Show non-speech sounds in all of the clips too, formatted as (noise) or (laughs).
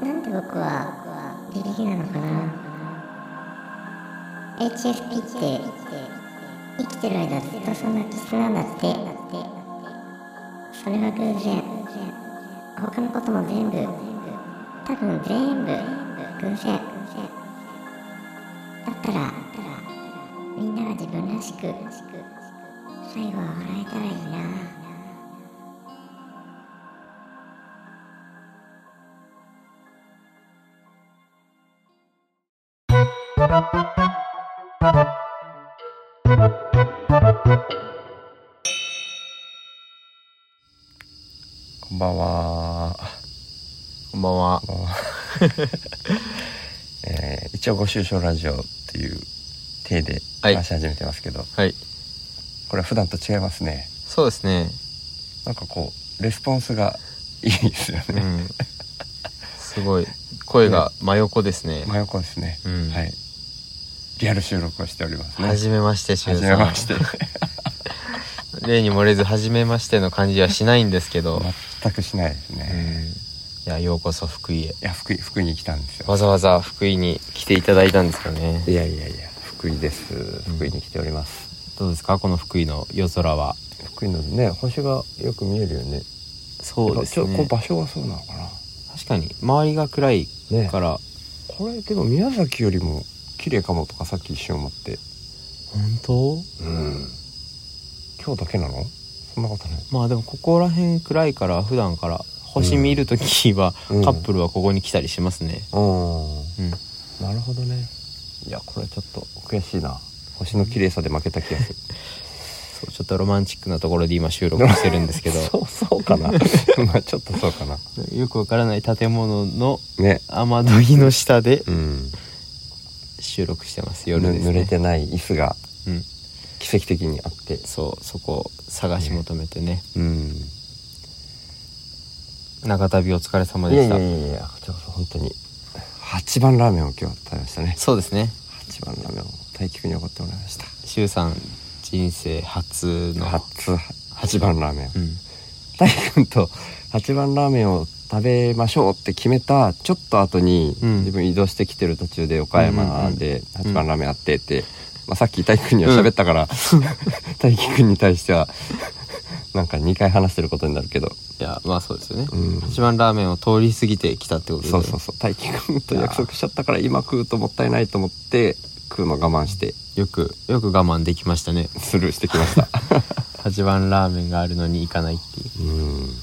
なんで僕は自力なのかな HSP って生きてる間ずっとそんな気質なんだってそれは偶然他のことも全部多分全部偶然だったらみんなが自分らしく最後は笑えたらいいなこんばんは。こんばんは。こんばんはえー、一応ご愁傷ラジオっていう体ではい話し始めてますけど、はい。これは普段と違いますね。そうですね。なんかこう、レスポンスがいいですようね。ん。すごい。声が真横ですね。真横ですね、うんはい。リアル収録をしておりますね。はじめまして、しゅう初めさん。まして。例に漏れず、はじめましての感じはしないんです (laughs) けど。全くしないですうん。ね。いや、ようこそ福井へ。いや、福井、福井に来たんですよ。わざわざ福井に来ていただいたんですよね。いやいやいや、福井です。福井に来ております。どうですかこの福井の夜空は。福井のね星がよく見えるよねそうですちょこねう。場所がそうなのかな確かに、周りが暗いねから、これでも宮崎よりも綺麗かもとかさっき一瞬思って本うん今日だけなのそんなことない当まあでも、ここら辺暗いから、普段から星見るときは、うんカップルはここに来たりしますね。ううん。んなるほどねいやこれちょっと悔しいな星の綺麗さで負けた気がするそうちょっとロマンチックなところで今収録してるんですけど (laughs) そうそうかなまあちょっとそうかなよくわからない建物のね雨どいの下でうん収録してますぬ夜です、ね、濡れてない椅子がうん奇跡的にあってそうそこを探し求めてねうん長旅お疲れ様いでやいしたやいやいやちょっと本当に8番ラーメンを今日食べましたねそうですね8番ラーメンを大輝くんにおごってもらいました周さん人生初の、初8番ラーメンうん、大輝くんと8番ラーメンを食べましょうって決めたちょっと後に、うん自分移動してきてる途中で岡山で8番ラーメンあってって、まあ、さっき大輝くんには喋ったから、 (laughs) 大輝くんに対してはなんか2回話してることになるけど、いやまあそうですよね、うん八番ラーメンを通り過ぎてきたってことでそうそうそう大輝くんと約束しちゃったから今食うともったいないと思って食うの我慢してよくよく我慢できましたねスルーしてきました。八番ラーメンがあるのに行かないっていううん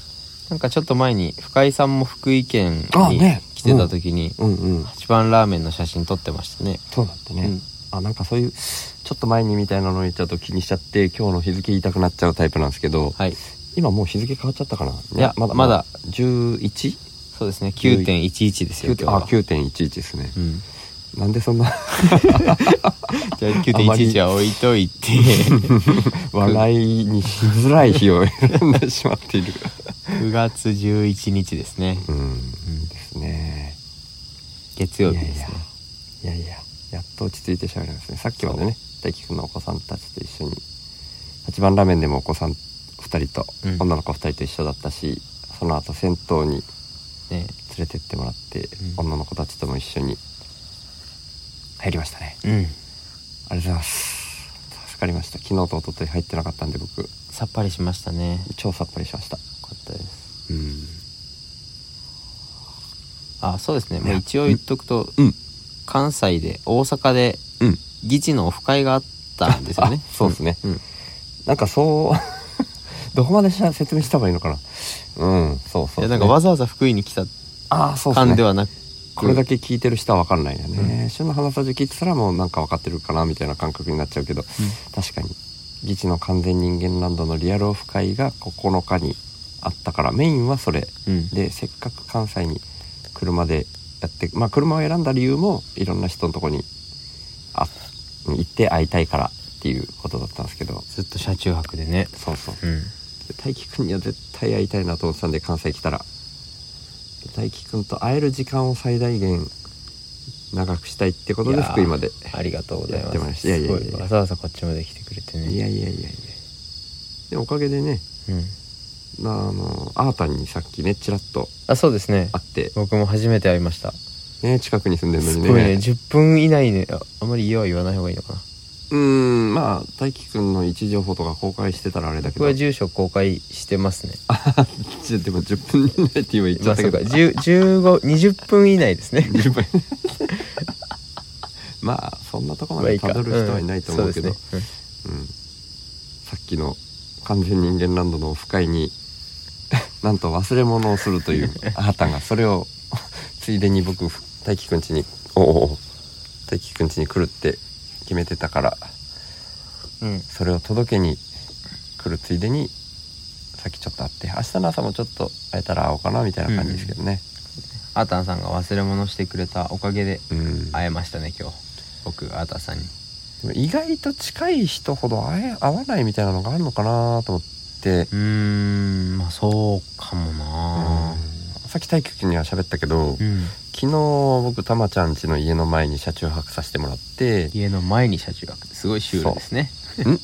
なんかちょっと前に深井さんも福井県あにね来てた時に、うんうん八番ラーメンの写真撮ってましたねそうだったね、うんあなんかそういうちょっと前にみたいなの言っちゃうと気にしちゃって今日の日付言いたくなっちゃうタイプなんですけど、はい今もう日付変わっちゃったかないいやまだ 11? そうですね9.11ですよ今日あは9.11ですね、うん、なんでそ (laughs) んな (laughs) じゃああまり9.11は置いといて (laughs) 笑いにしづらい日を選んでしまってい (laughs) る9月11日ですねうんですね月曜日ですねいやいやいやいややっと落ち着いて喋れますねさっきまでね大輝くんのお子さんたちと一緒に八番ラーメンでもお子さん2人と、うん女の子2人と一緒だったしその後銭湯にね連れてってもらって、うん女の子たちとも一緒に入りましたねうんありがとうございます助かりました昨日と一昨日入ってなかったんで僕さっぱりしましたね超さっぱりしましたよかったですうんあそうですねもいうや一応言っとくと、うん関西で大阪でうん議事のオフ会があったんですよね (laughs) あそうですねうん、うんなんかそう (laughs) どこまでしゃ説明した方がいいのかなうんそうそういやなんかわざわざ福井に来たああそうですね感ではなく、これだけ聞いてる人は分かんないよね、一緒の話で聞いてたらもうなんか分かってるかなみたいな感覚になっちゃうけど、確かに議事の完全人間ランドのリアルオフ会が9日にあったからメインはそれうん、でせっかく関西に車でやってまあ車を選んだ理由もいろんな人のとこにあ行って会いたいからっていうことだったんですけどずっと車中泊でねそうそううん大輝くんには絶対会いたいなと思ってたんで関西来たら大輝くんと会える時間を最大限長くしたいってことで福井までありがとうございやまってすましたいやいやいやすごわざわざこっちまで来てくれてねいやいやいやいやでおかげでねうんなあのアータンにさっきねちらっとあそうですね会って僕も初めて会いましたね近くに住んでるのすにごねいね10分以内ねああんまり家は言わない方がいいのかなうーんまあ大輝くんの位置情報とか公開してたらあれだけ僕どは住所公開してますねちょでも10分以内って今言っちまゃっあたそけうどか、10 15 20分以内ですね10分 (laughs) まあそんなとこまでたどる人はいないと思うけど、んうんそですさねっきの完全人間ランドのオフ会 (laughs) になんと忘れ物をするというあなたがそれを (laughs) ついでに僕大輝くん家におうおう大輝くん家に来るって決めてたからうんうんそれを届けに来るついでにさっきちょっと会って明日の朝もちょっと会えたら会おうかなみたいな感じですけどね、アータンさんが忘れ物してくれたおかげでうん会えましたね今日僕アータンさんにでも意外と近い人ほど会え会わないみたいなのがあるのかなと思って、うーんまあそうかもなさっき大輝くんには喋ったけど、うん、昨日僕たまちゃん家の家の前に車中泊させてもらって、家の前に車中泊すごいシュールですねうん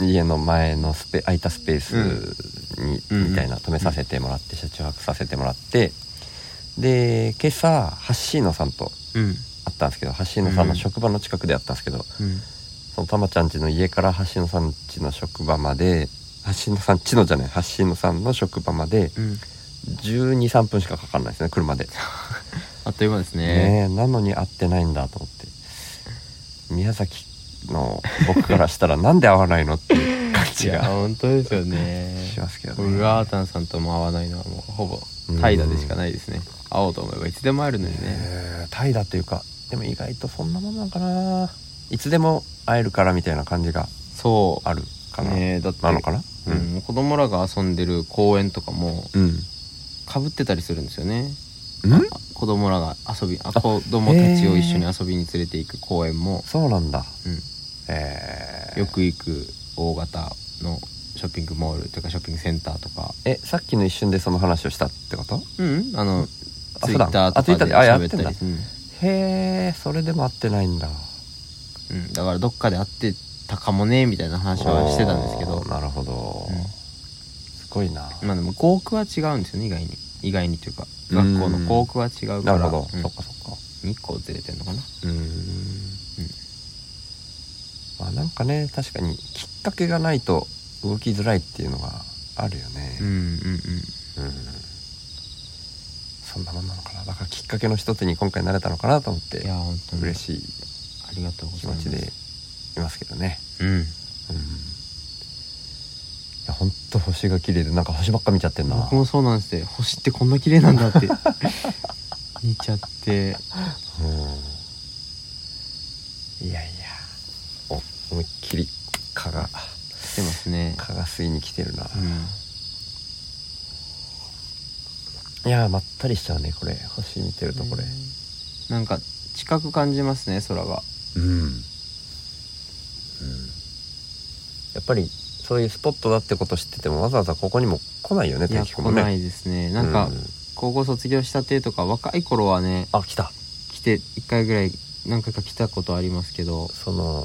うん、家の前のスペ空いたスペースに、うんみたいな止めさせてもらって車中泊させてもらってで今朝ハッシーノさんとうん会ったんですけどハッシーノさんのうん職場の近くで会ったんですけど、うんそのたまちゃん家の家から橋野さん家の職場まで橋野さん家のじゃない橋野さんの職場までうん1 2 3分しかかかんないですね車で、あっという間ですねねえなのに会ってないんだと思って宮崎の僕からしたらなんで会わないのっていう感いじやが本当ですよね (laughs) しますけど僕ねがアータンさんとも会わないのはもうほぼ怠惰でしかないですね会おうと思えばいつでも会えるのにねえー怠惰というかでも意外とそんなもんなんかないつでも会えるからみたいな感じがそうあるかな、ねえだってなのかなうん、子供らが遊んでる公園とかもうん、かぶってたりするんですよねうん、あ子供らが遊びあ子供たちを一緒に遊びに連れて行く公園も、そうなんだうんえーよく行く大型のショッピングモールというかショッピングセンターとかえさっきの一瞬でその話をしたってことうんあのあツイ普段ッターあツイッとタかーであでやっ喋ってたんだりうんへえそれでも会ってないんだうんだからどっかで会ってたかもねみたいな話はしてたんですけどおーなるほど、うんすごいな、まあでも校区は違うんですよね意外に意外にというか学校の校区は違うなからるほど、うんそっかそっか日光ずれてんのかなうーんまあなんかね確かにきっかけがないと動きづらいっていうのがあるよねうんうんうんうん、そんなもんなのかなだからきっかけの一つに今回なれたのかなと思っていや本当に嬉しいありがとうご気ざ持いますちでいますけどね、うんうんいやほんと星が綺麗でなんか星ばっか見ちゃってんな僕もそうなんですよ星ってこんな綺麗なんだって (laughs) 見ちゃってうんいやいやお思いっきり蚊が来てますね蚊が吸いに来てるな、うんいやーまったりしちゃうねこれ星見てるとこれなんか近く感じますね空がうん、うん、やっぱりそういうスポットだってこと知っててもわざわざここにも来ないよねいや滝子来もなねいですねなんかうん高校卒業したてとか若い頃はねあ来た来て1回ぐらい何回か来たことありますけどその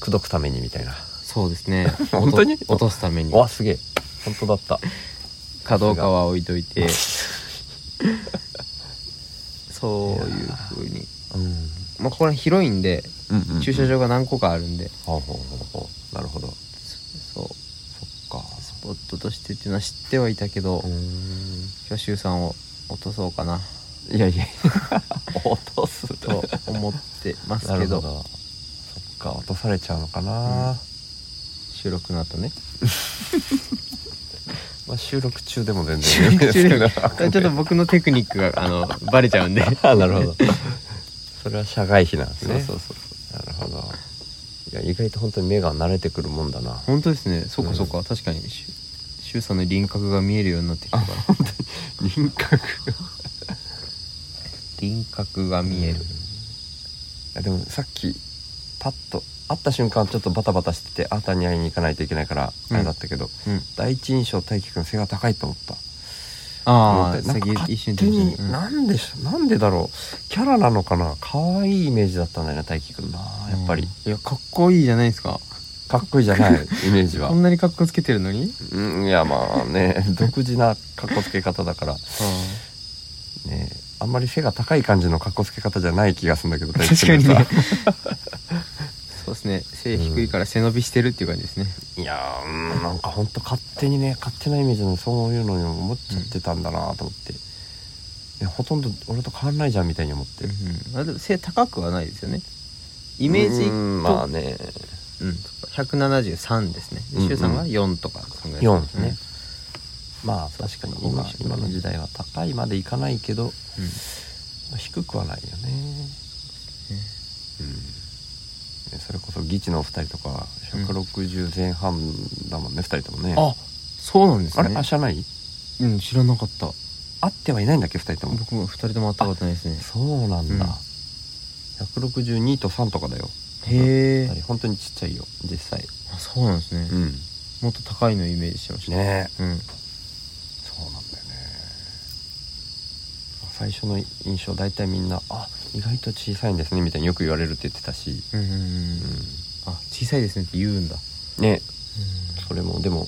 口説くためにみたいなそうで (laughs) すね本当に落と落とすためにわすげえ本当だったかどうかは置いといて (laughs) そういう風にうんまあこれ広いんでうんうん駐車場が何個かあるんで、ほうほうほうほうなるほどそうそっかスポットとしてっていうのは知ってはいたけど、う今ん日は周さんを落とそうかないやい (laughs) や落とすと思ってますなけるほどどそっか落とされちゃうのかな、うん収録の後ねまあ、収録中でも全収然いいで録すけど中 (laughs) ちょっと僕のテクニックがあのバレちゃうんで (laughs) あなるほど (laughs) それは社外費なんですそうねそうそうなるほどいや意外と本当に目が慣れてくるもんだな本当ですねそうかそうか、確かにしゅ周さんの輪郭が見えるようになってきたから輪郭が輪郭が見えいるやでもさっきパッと会った瞬間ちょっとバタバタしててあなたに会いに行かないといけないからうんあれだったけど、うん、第一印象大輝くん背が高いと思ったあなあんか先勝一瞬手でに、うんなんでしょなんでだろうキャラなのかな可愛いイメージだったんだよね大輝くんなやっぱり、うんいやかっこいいじゃないですかかっこいいじゃ (laughs) ないイメージはこんなに格好つけてるのにうんいやまあね (laughs) 独自なかっこつけ方だからねあんまり背が高い感じのかっこつけ方じゃない気がするんだけど (laughs) (laughs) 確かにね大地君 (laughs) そうですね背低いから背伸びしてるっていう感じですね、いやーうんなんかほんと勝手にね勝手なイメージなのでそういうのに思っちゃってたんだなと思って、いやほとんど俺と変わんないじゃんみたいに思ってうんまあ、でも背高くはないですよねイメージと、うんまあねうん、173ですねうんうん周さんが4とかそんぐらい4ですね、まあ確かにそう今そう今の時代は高いまでいかないけどうんうん低くはないよねうんねそれこそギチのお二人とかはうん160前半だもんね、二人ともねあそうなんですあねれあ知らないうん知らなかった合ってはいないんだっけ二人とも僕も2人とも会ったことないですねそうなんだ、うん162と3とかだよへ二え人本当にちっちゃいよ実際そうなんですね、んもっと高いのイメージしてましたねえうんそうなんだよね最初の印象大体みんな「あ意外と小さいんですね」みたいによく言われるって言ってたし、うんうんうんあ小さいですねって言うんだねそれもでも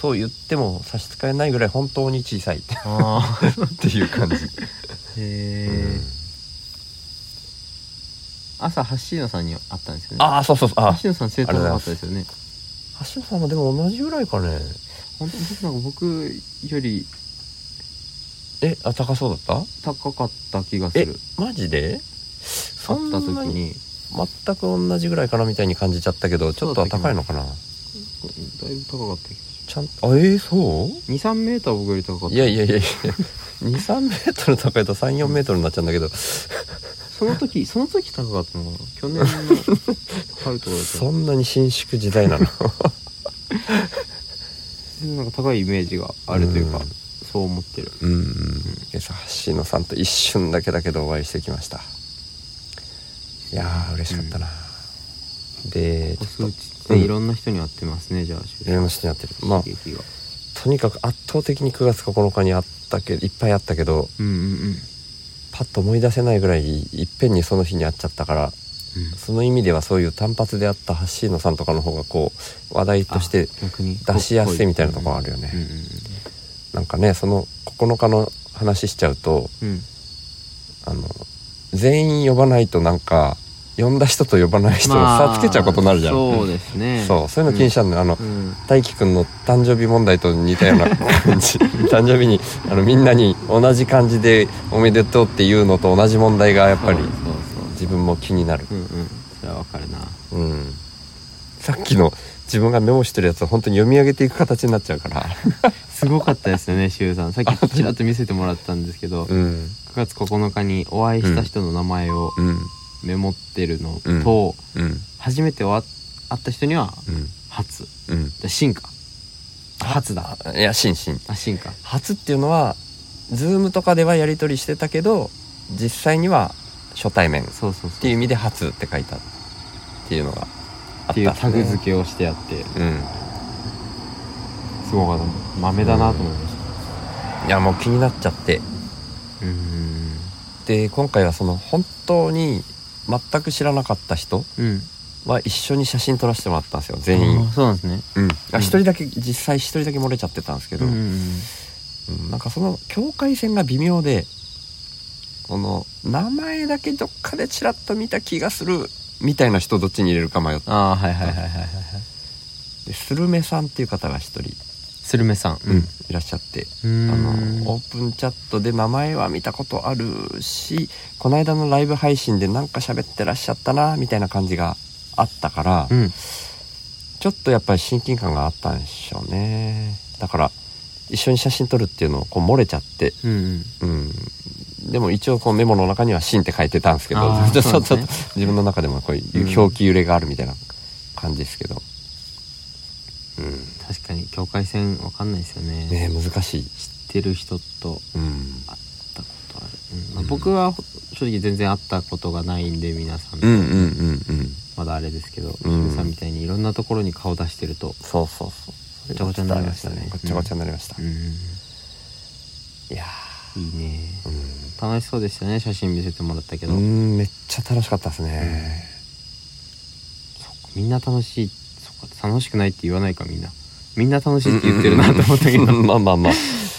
そう言っても差し支えないぐらい本当に小さいってああ (laughs) っていう感じ、へえ、朝橋野さんに会ったんですよねああそうそうそうあ橋野さん生徒なかったですよね橋野さんもでも同じぐらいかね本当僕なんか僕よりえあ高そうだった高かった気がすえるマジで会そんっなたに時に全く同じぐらいかなみたいに感じちゃったけどちょっとは高いのかなだいぶ高かった気がすちゃんとあえー、そうる23メーター僕より高かったいやいやいやいや23メートル高いと34メートルになっちゃうんだけどその (laughs) 時その時高かったのかな去 (laughs) 年の春とかだったそんなに伸縮自在なののなんか高いイメージがあるというか、うんそう思ってるうん今朝橋野さんと一瞬だけだけどお会いしてきましたいやー嬉しかったな、でおちょ数っ値っとていろんな人に会ってますね、じゃあとやりましてやってるまあ刺激がとにかく圧倒的に9月9日にあったけどいっぱいあったけどうんうんうんパッと思い出せないぐらいいっぺんにその日に会っちゃったからその意味ではそういう単発であった橋野さんとかの方がこう話題として逆に出しやすいみたいなところあるよね、うんうんなんかねその9日の話しちゃうとうんうんあの全員呼ばないとなんか呼んだ人と呼ばない人を差つけちゃうことになるじゃん、まあそうですねそうそういうの気にしちゃうのよ、あのうん大輝くんの誕生日問題と似たような感 (laughs) じ誕生日にあのみんなに同じ感じで「おめでとう」っていうのと同じ問題がやっぱりそうそう自分も気になるそううんうんそれはわかるなうんさっきの自分がメモしてるやつを本当に読み上げていく形になっちゃう (laughs) からすごかったですよねしゅうさんさっきちらっと見せてもらったんですけど9うん月9日にお会いした人の名前をうんメモってるのうんとうん初めてお会会った人にはうん初うんで進化初だいや心身あ進化初っていうのは Zoom とかではやり取りしてたけど実際には初対面っそうそうそうっていうて意味で「初」って書いたっていうのがあったいうタグっす付ねけをしてあってうんすごかった豆だなと思いましいやもう気になっちゃってたうんで今回はその本当に全く知らなかった人うんは一緒に写真撮らせてもらったんですよ全員あそうなんですねうんあ一人だけ実際一人だけ漏れちゃってたんですけど、うんうんなんかその境界線が微妙でこの名前だけどっかでちらっと見た気がするみたいな人どっちに入れるか迷ってああはいはいはいはいはいはいでスルメさんっていう方が一人、スルメさんいらっしゃってあうんのオープンチャットで名前は見たことあるしこの間のライブ配信でなんか喋ってらっしゃったなみたいな感じがあったから、うんちょっとやっぱり親近感があったんでしょうねだから一緒に写真撮るっていうのをこう漏れちゃってうんうんうん、でも一応こうメモの中には「芯」って書いてたんですけどあーちょっと,、そうですね自分の中でもこういう表記揺れがあるみたいな感じですけど、うん確かに境界線わかんないですよねねえ難しい、知ってる人とうん、会ったことある、うんまあ、僕は正直全然会ったことがないんで皆さん、うんうんうんうんまだあれですけど、うん皆さんみたいにいろんなところに顔出してるとそうそうそうごちゃごちゃになりましたねごちゃごちゃになりました、うんいやいいねーう楽しそうでしたね写真見せてもらったけど、ん、うんめっちゃ楽しかったですね、そっかみんな楽しいそっ楽しくないって言わないかみんなみんな楽しいって言ってるなと思ったけどまあまあ (laughs) まあ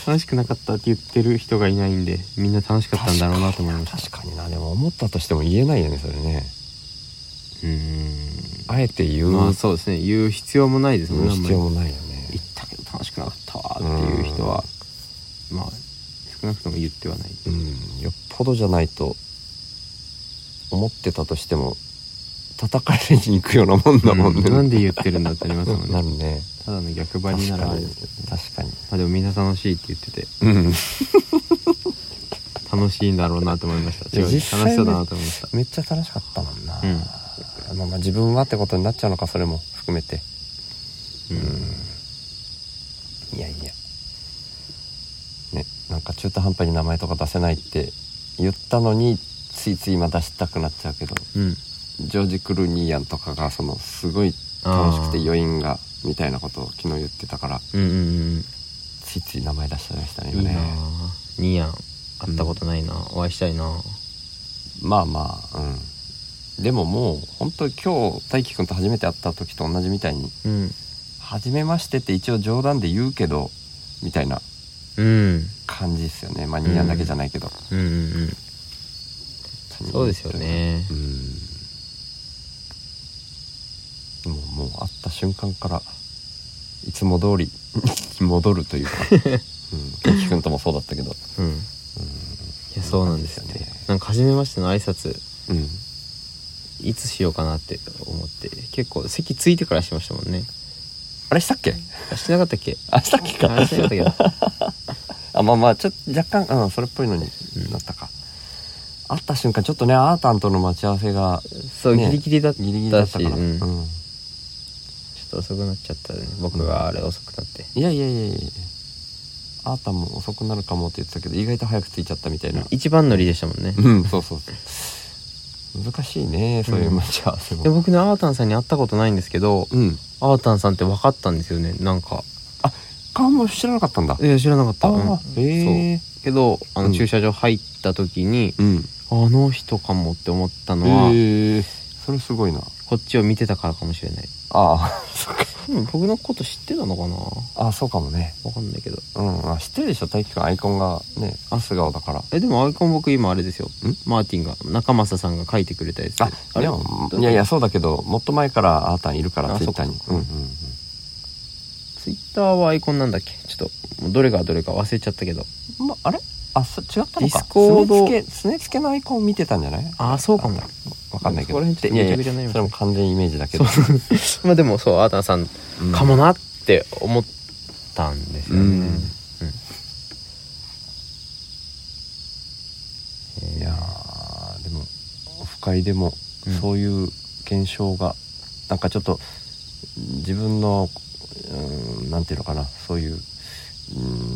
楽しくなかったって言ってる人がいないんでみんな楽しかったんだろうなと思いました確かになでも思ったとしても言えないよねそれねうーあえて言んう、まあそうですね言う必要もないですもんねあんまり必要もないよね行ったけど楽しくなかったわーっていう人はまあ少なくとも言ってはないうんよっぽどじゃないと思ってたとしても叩かれに行くようなもんだもんね、なんで言ってるんだってなりますもんなねるねただの逆張り確ならかあれにですけどね確かにまあでもみんな楽しいって言っててうん楽しいんだろうなと思いましたい違やう楽実し際ねそうだなと思いましためっちゃ楽しかったもんな、うんまあまあ自分はってことになっちゃうのかそれも含めていやいやねなんか中途半端に名前とか出せないって言ったのについつい今出したくなっちゃうけどうん、うん、ジョージ・クルーニーヤンとかがそのすごい楽しくて余韻がみたいなことを昨日言ってたからうんうんついつい名前出しちゃいましたねうんい今いなねあニーヤン会ったことないな、お会いしたいなまあまあうんでももう本当に今日大輝くんと初めて会った時と同じみたいにうん「初めまして」って一応冗談で言うけどみたいなうん感じですよねまあニーヤンだけじゃないけど、うんうんうんそうですよねうんもうもう会った瞬間からいつも通り戻ると (laughs) いうか、うん、きくんともそうだったけど、うんいやそうなんですよねなんか初めましての挨拶うん、いつしようかなって思って結構席ついてからしましたもんねあれしたっけあしてなかったっ (laughs) けあしたっけかあしてなかったっけあまあまあちょっと若干、うん、それっぽいのになったか、会った瞬間ちょっとねあーたんとの待ち合わせがそう、ねギリギリだったしギリギリだったから、うんちょっうんと遅くなっちゃったね僕があれ遅くなって、いやいやいやいやあーたんも遅くなるかもって言ってたけど意外と早く着いちゃったみたいな一番乗りでしたもんね、うん、そうそうそう。難しいね、そういう待ち合わせも。で僕ねアータンさんに会ったことないんですけど、うん。アータンさんって分かったんですよねなんか顔も知らなかったんだい。や知らなかった、あうんあ、へえ。けどあうのん駐車場入った時に、うん。あの人かもって思ったのは、へえ。それすごいな。こっちを見てたからかもしれないああ、 (laughs) そうか。多分僕のこと知ってたのかなああ、そうかもね。分かんないけどうん。あ知ってるでしょ、大輝くんアイコンがね、アス顔だから。えでもアイコン僕今あれですよんマーティンが中政さんが書いてくれたやつあ、あれれいやいや、そうだけど、もっと前からあーたんいるから、あツイッターに。そううんかうんツイッターはアイコンなんだっけちょっともうどれがどれか忘れちゃったけどうん。ま、あれあ、そ違ったのか。ディスコードすねつけ、すねつけのアイコンを見てたんじゃないああそうかもわかんないけど。そこら辺ちょっといやいやぐちゃぐちゃになりそましたれねも完全イメージだけど。 (laughs) まあでもそうアータンさんうんかもなって思ったんですよね、うんいやーでもオフ会でもうんそういう現象が、なんかちょっと自分のうんなんていうのかなそういうう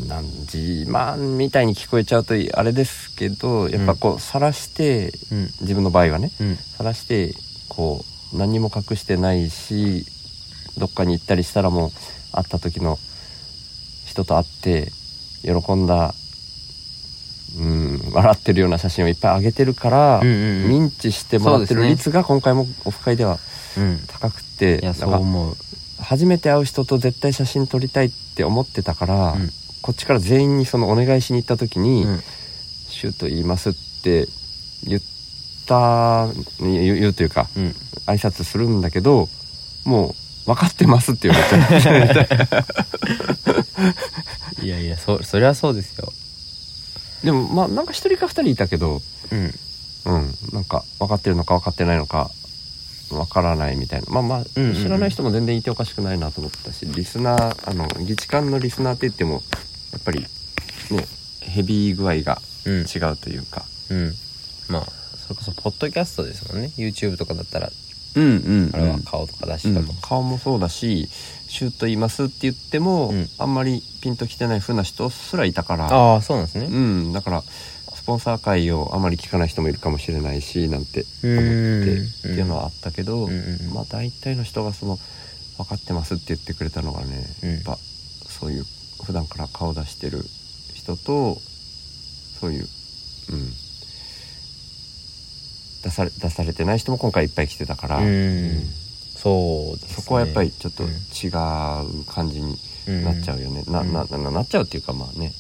んなん自慢みたいに聞こえちゃうとあれですけどやっぱこう晒して、うん自分の場合はねうん晒してこう何にも隠してないしどっかに行ったりしたらもう会った時の人と会って喜んだうん笑ってるような写真をいっぱい上げてるから、うんうんうん認知してもらってそうるですね率が今回もオフ会ではうん高くていやそうなんか思う初めて会う人と絶対写真撮りたいって思ってたから、うんこっちから全員にそのお願いしに行った時に。うんシューと言いますって言った言う言うというかうん挨拶するんだけどもう分かってますって言われちゃういやいやそそりゃそうですよでもまあなんか一人か二人いたけどうんうんなんか分かってるのか分かってないのか分からないみたいなまあまあうんうんうん知らない人も全然いておかしくないなと思ったしリスナーあの議事官のリスナーって言ってもやっぱりねヘビー具合がうん違うというか、うんまあそれこそポッドキャストですもんね YouTube とかだったらうんうんあれは顔とか出しうたんかも、顔もそうだし「シューと言います」って言っても、うんあんまりピンときてない風な人すらいたからああそうなんですねうんだからスポンサー会をあまり聞かない人もいるかもしれないしなんて思ってうんっていうのはあったけど、うんうんまあ大体の人がその「分かってます」って言ってくれたのがね、うんやっぱそういう普段から顔出してる人とそういううん出され出されてない人も今回いっぱい来てたから。うんうんそうですねそこはやっぱりちょっとうん違う感じになっちゃうよね、なうんなななっちゃうっていうかまあね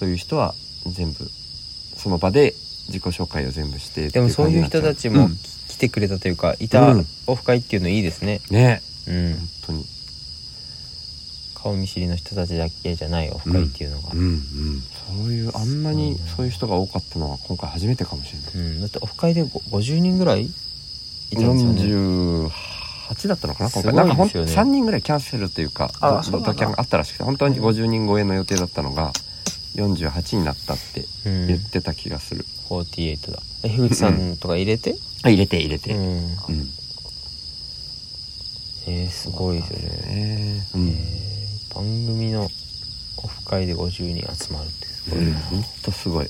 そういう人は全部その場で自己紹介を全部してってでもそういう人たちも、うん来てくれたというかいたうんオフ会っていうのいいですね、ねうん本当に顔見知りの人たちだけじゃないオフ会っていうのが、うんうんそういうあんなにうんそういう人が多かったのは今回初めてかもしれないうんだってオフ会でご50人ぐらいいたんですよね48だったのかな今回すごいなんかほんですよね3人ぐらいキャンセルというかあドそうなんだドキャンがあったらしくて本当に50人超えの予定だったのが48になったってうん言ってた気がする、 48だえ樋口さんとか入れてあ入れて入れうて、んうんえー、すごいですよね、ねうえんー番組のオフ会で50人集まるってすごいうんな、ほんとすごい、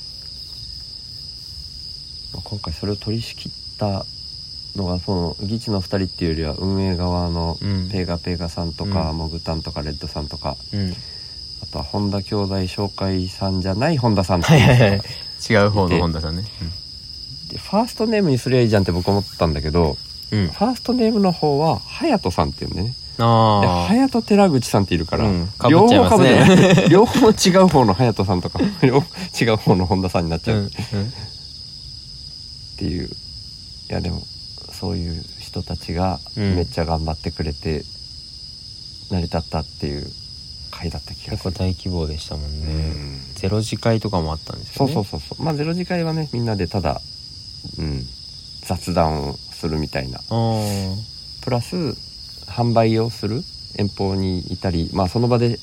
まあ今回それを取り仕切ったのがその議事の2人っていうよりは運営側のうんペーガペーガさんとか、うんモグタンとかレッドさんとかうんあとは本田兄弟紹介さんじゃない本田さんってはいいう人はいはい違う方ので本田さんねでファーストネームにすりゃいいじゃんって僕思ったんだけどうん、ファーストネームの方は隼人さんっていうんでねであ隼人寺口さんっているから、うん被っちゃいますね両方被っ (laughs) ちゃう両方違う方の隼人さんと (laughs) か両方違う方の本田さんになっあちうゃんううんっていう、いやでもそういう人たちがうんめっちゃ頑張ってくれて成り立ったっていう回だった気が結す構る、大規模でしたもうんね、んゼロ次会とかもあったんですそようねそうそうそうまあゼロ次会はねみんなでただ、うん、雑談をするみたいなあプラス販売をする遠方にいたりまあその場で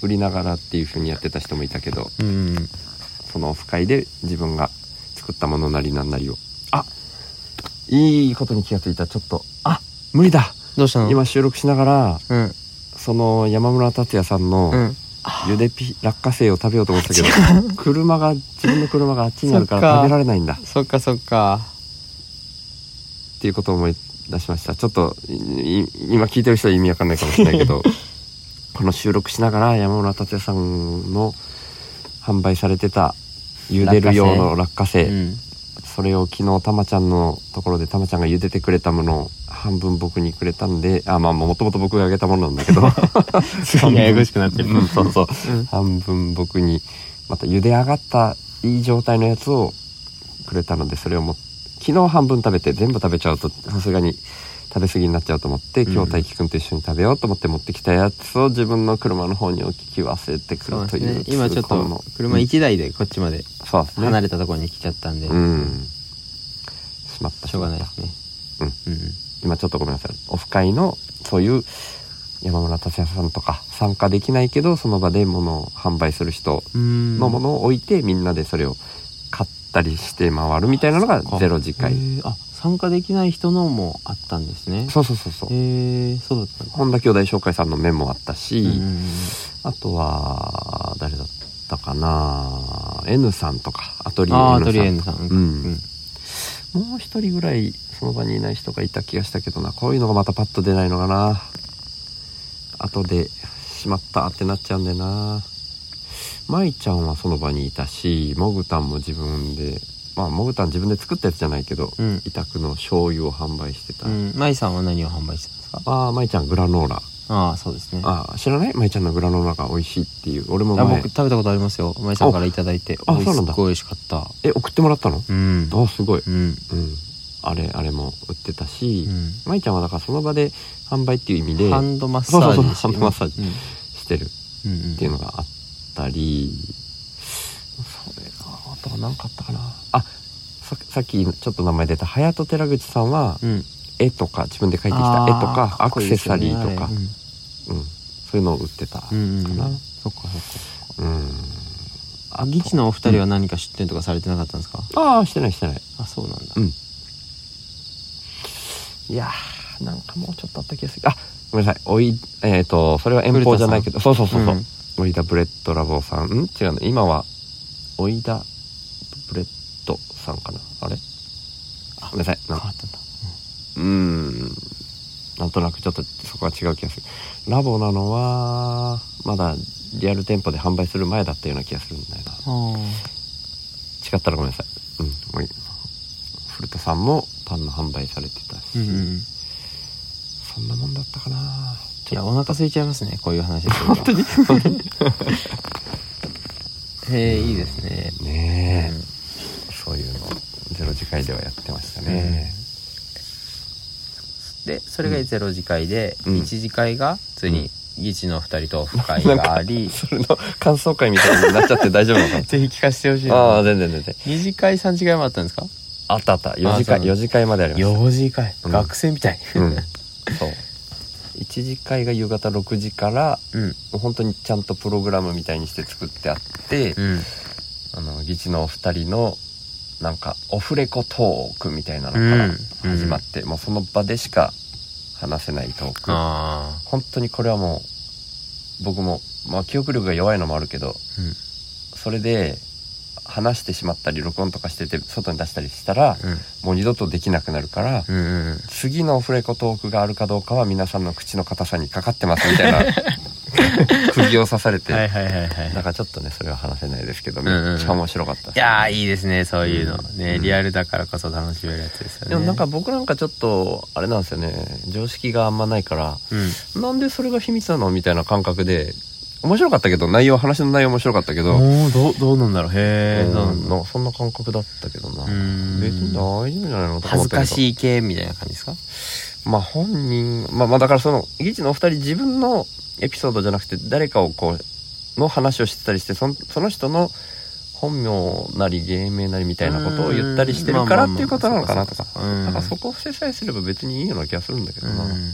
売りながらっていう風にやってた人もいたけどあうんそのオフ会で自分が作ったものなりなんなりをあいいことに気がついたちょっとあ無理だどうしたの今収録しながらうんその山村達也さんうのんゆでピ落花生を食べようと思ってたけど、車が自分の車があっちにあるかそっらか食べられないんだそっかそっかっていうことを思い出しましたちょっといい今聞いてる人は意味わかんないかもしれないけ (laughs) どこの収録しながら山村達也さんの販売されてた茹でる用の落花生うんそれを昨日たまちゃんのところでたまちゃんが茹でてくれたものを半分僕にくれたんであまあもともと僕があげたものなんだ (laughs) けどすげえややこしくなってるうんそうそううん半分僕にまた茹で上がったいい状態のやつをくれたのでそれをも昨日半分食べて全部食べちゃうとさすがに食べ過ぎになっちゃうと思ってうん今日大輝くんと一緒に食べようと思って持ってきたやつを自分の車の方に置き忘れてくそうるでとすいうね今ちょっ痛恨のと車1台でこっちまでそうですね離れたところに来ちゃったんで、うんしまったしょうがないですねうん今ちょっとごめんなさいオフ会のそういう山村達也さんとか参加できないけどその場で物を販売する人うんのものを置いて、みんなでそれを買ったりして回るみたいなのがそっかゼロ次へ回えあ参加できない人のもあったんですねそうそうそうそうへえそうだったんだ本田兄弟紹介さんの面もあったし、うんうんうんあとは誰だったかな N さんとかアトリエああ N トリさエんンさんうんもう一人ぐらいその場にいない人がいた気がしたけどなこういうのがまたパッと出ないのかな後でしまったってなっちゃうんでな舞ちゃんはその場にいたしもぐたんも自分でまあもぐたん自分で作ったやつじゃないけど、うん委託の醤油を販売してた、うん舞さんは何を販売してたんですかああ舞ちゃんグラノーラああそうですねあああ知らない舞ちゃんのグラノーラが美味しいっていう俺も前僕食べたことありますよ舞さんからいただいてあおいそうすなっんだごい美味しかったえ送ってもらったのうんああすごい、うんうん、あれあれも売ってたし、うん舞ちゃんはだからその場で販売っていう意味でハンドマッサージそうそうそうハンドマッサージうんしてるうんうんっていうのがあったり、それがあとは何かあったかなあささっきちょっと名前出た隼人寺口さんはうん絵とか自分で描いてきあたー絵とかかっアこクいいでセすよサねリーとかあれうんうん、そういうのを売ってたかうな、うんんうんうん、そっかそっかあギチのお二人は何か出店とかされてなかったんですか、ああしてないしてないあそうなんだ、うんいやーなんかもうちょっとあった気がするあごめんなさいおいえっ、とそれは遠方じゃないけどそうそうそうそう、うんオイダブレッドラボさんん違うね今はオイダブレッドさんかなあれあごめんなさい変なわんったんだうーんなんとなくちょっとそこは違う気がするラボなのはまだリアル店舗で販売する前だったような気がするんだよなあ違ったらごめんなさいうんもういい古田さんもパンの販売されてたし、うんうんうんそんなもんだったかないやお腹空いちゃいますねこういう話本当にえー、いいですね、ねえ、そういうのゼロ次回ではやってましたね、でそれが0次会で、うん1次会が普通に議事の2人とオフ会があり、それの感想会みたいになっちゃって大丈夫なのかなぜひ聞かせてほし (laughs) いああな全然全然2次会3次会もあったんですかあったあった4次会あそう4次会までありまし4次会、うん学生みたいた (laughs) うんそう1次会が夕方6時からうんもう本当にちゃんとプログラムみたいにして作ってあって、うんあの議事のお二人のなんかオフレコトークみたいなのかうらん始まって、もうその場でしか話せないトークああ本当にこれはもう僕も、まあ、記憶力が弱いのもあるけどそれで話してしまったり録音とかしてて外に出したりしたらうんもう二度とできなくなるからうんうんうん次のオフレコトークがあるかどうかは皆さんの口の硬さにかかってますみたい (laughs) な釘を刺されて、はいはいはいはいなんかちょっとねそれは話せないですけどんうんめっちゃ面白かったですいやーいいですねそういうの、うんねうんリアルだからこそ楽しめるやつですよねでもなんか僕なんかちょっとあれなんですよね常識があんまないからうんなんでそれが秘密なのみたいな感覚で面白かったけど内容話の内容面白かったけど、おーどうどうなんだろうへえうんどうなんだろなそんな感覚だったけどなううん別に大丈夫じゃないのと恥ずかいしい系みたいな感じですかまあ本人まあまあだからその議事のお二人自分のエピソードじゃなくて誰かをこうの話をしてたりしてそんその人の本名なり芸名なりみたいなことを言ったりしてるからうんっていうことなのかなとかまあまあまあだからそそこを伏せさえすれば別にいいような気がするんだけどな、うん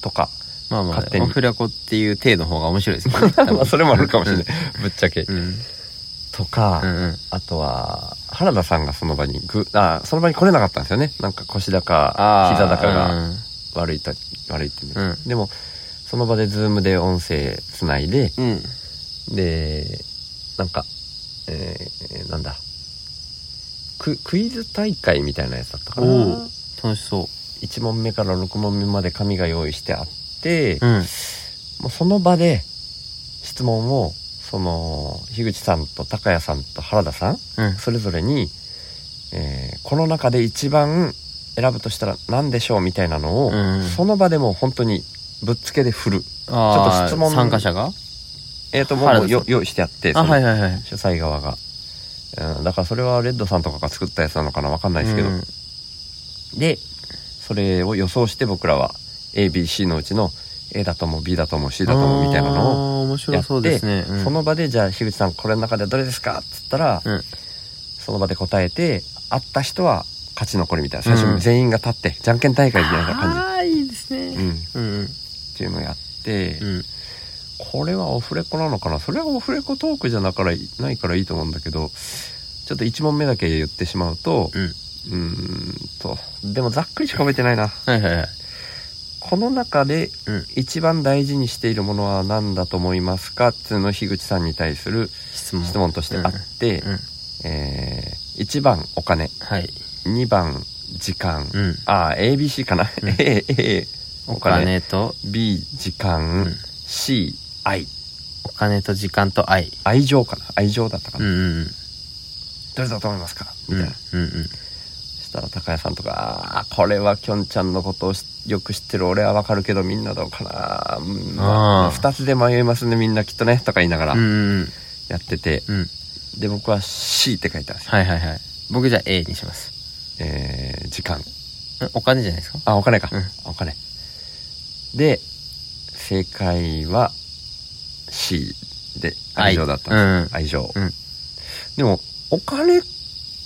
とか (laughs) まあま勝手にあオフレコっていう体の方が面白いです (laughs) けどね多分まあそれもあるかもしれない、ぶっちゃけ、うんうんとか、うんうんあとは原田さんがその場にぐあその場に来れなかったんですよねなんか腰だかあー膝だかがうん悪いと悪いってね、うんでもその場でズームで音声つないでうんでなんかえーなんだククイズ大会みたいなやつだったかおなお楽しそ1問目から6問目まで紙が用意してあって、ううんもうその場で質問をその樋口さんと高谷さんと原田さんうんそれぞれに、えーこの中で一番選ぶとしたら何でしょうみたいなのを、うんその場でもう本当にぶっつけで振る。ちちょょっと質問参加者がえっ、と、もう原田もさうんよ用意してあって、そのいはいはい主催側が。うん、だからそれはレッドさんとかが作ったやつなのかなわかんないですけど、うんでそれを予想して僕らは ABC のうちの A だと思う B だと思う C だと思うみたいなのをあー面白そうですねうんその場でじゃあ樋口さんこれの中でどれですかっつったら、うんその場で答えて会った人は勝ち残りみたいな最初うんに全員が立って、じゃんけん大会みたいな感ああいいですねじ、うん、っうんうんていうのをやって、うんこれはオフレコなのかなそれはオフレコトークじゃなからないからいいと思うんだけどちょっと1問目だけ言ってしまうとうんうーんとでもざっくりしか覚えてないなはいはいはいこの中でうん一番大事にしているものは何だと思いますかっつうのを樋口さんに対する質問質問としてあって、うんえー1番お金はい2番時間、うんああ ABC かな、うん (laughs) A A おお金金と B 時間、うん C 愛お金と時間と愛愛情かな愛情だったかうんな、うんどれだと思いますかうみんたういんな、うんうんそしたら高谷さんとか「ああこれはきょんちゃんのことをしよく知ってる俺はわかるけどみんなどうかな、うんまあー2つで迷いますねみんなきっとね」とか言いながらうんうんやってて、うんで僕は C って書いたんですよ、はいはいはい僕じゃあ A にしますえー時間んお金じゃないですかあ、お金か。うお金。で、正解は C で、愛情だったんです。愛情。うんでも、お金っ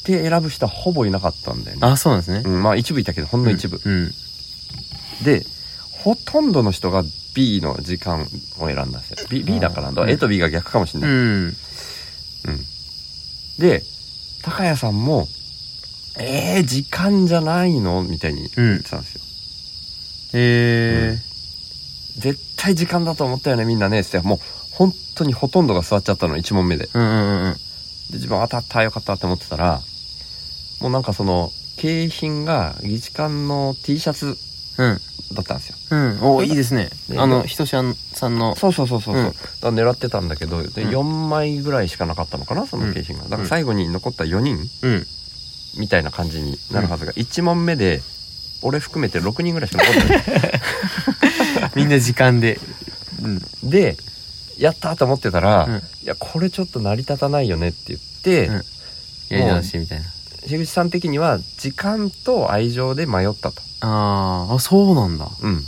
て選ぶ人はほぼいなかったんだよね。あそうなんですねうん、まあ一部いたけど、ほんの一部。うんで、ほとんどの人が B の時間を選んだんですよ。B, B だからなんだ、うん A と B が逆かもしれうない。んうんで、高谷さんも、えー、時間じゃないのみたいに言ってたんですよ。え絶対時間だと思ったよねみんなねっつってもう本当にほとんどが座っちゃったの1問目ででーうんうんうん自分当たったよかったって思ってたらもうなんかその景品が議事館の T シャツうんだったんですようんおいいですねねあのひとしゃんさんのそうそうそうそうそう、うだんから狙ってたんだけどでうん4枚ぐらいしかなかったのかなその景品がだから最後に残った4人うんみたいな感じになるはずが1問目で俺含めて6人ぐらいしか残ってない (laughs) みんな時間で。うん。でやったと思ってたら、うんいやこれちょっと成り立たないよねって言って、うん (laughs) やり直しみたいな。樋口さん的には時間と愛情で迷ったと、あーあ、そうなんだ。うん、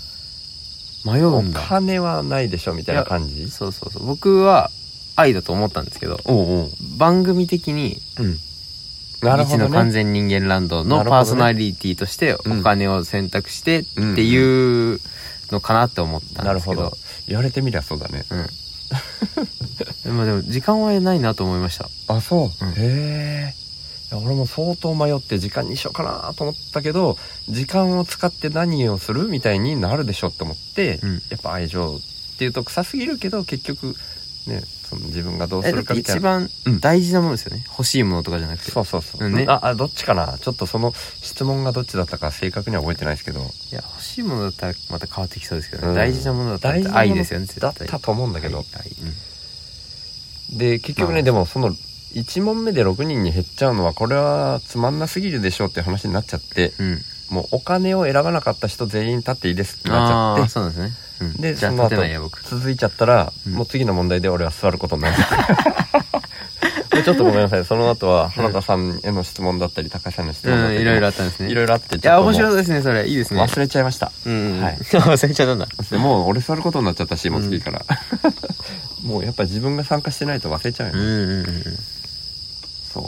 迷うおんだ。金はないでしょみたいな感じそうそうそう。僕は愛だと思ったんですけど、おうおう番組的に、うんなる未ほど知のね完全人間ランドなるほどのねパーソナリティとしてうんお金を選択してっていうのかなって思ったなんるですほけど。ど言われてみりゃそうだねうん。まあでも時間はないなと思いました。あそう、うんへえいや俺も相当迷って時間にしようかなと思ったけど時間を使って何をするみたいになるでしょって思って、うんやっぱ愛情っていうと臭すぎるけど結局ねその自分がどうすえ、だるってかみたい一な番大事なものですよね。欲しいものとかじゃなくて。そうそうそう、うんねああどっちかなちょっとその質問がどっちだったか正確には覚えてないですけどいや、欲しいものだったらまた変わってきそうですけどね。うん大事なものだった大事なもらの愛ですよね、絶だっ対。たと思うんだけど、はいはいうんで結局まねあでもその1問目で6人に減っちゃうのはこれはつまんなすぎるでしょうっていう話になっちゃってうん。もうお金を選ばなかった人全員立っていいですってなあっちゃあ、ってそうなんですね。うん、でじゃあその立後てないや、僕。続いちゃったら、うんもう次の問題で俺は座ることにな (laughs) る (laughs) もうちょっとごめんなさいその後は原田さんへの質問だったり高橋さんへの質う問だったん、り、いろいろあったんですね。いろいろあっていや、面白いいですね、それ。いいですね。忘れちゃいましたうん。ははいい。 (laughs) 忘れちゃったんだ。でもう俺座ることになっちゃったしもう次から、 (laughs) もうやっぱ自分が参加してないと忘れちゃうようね、んうんうん。そ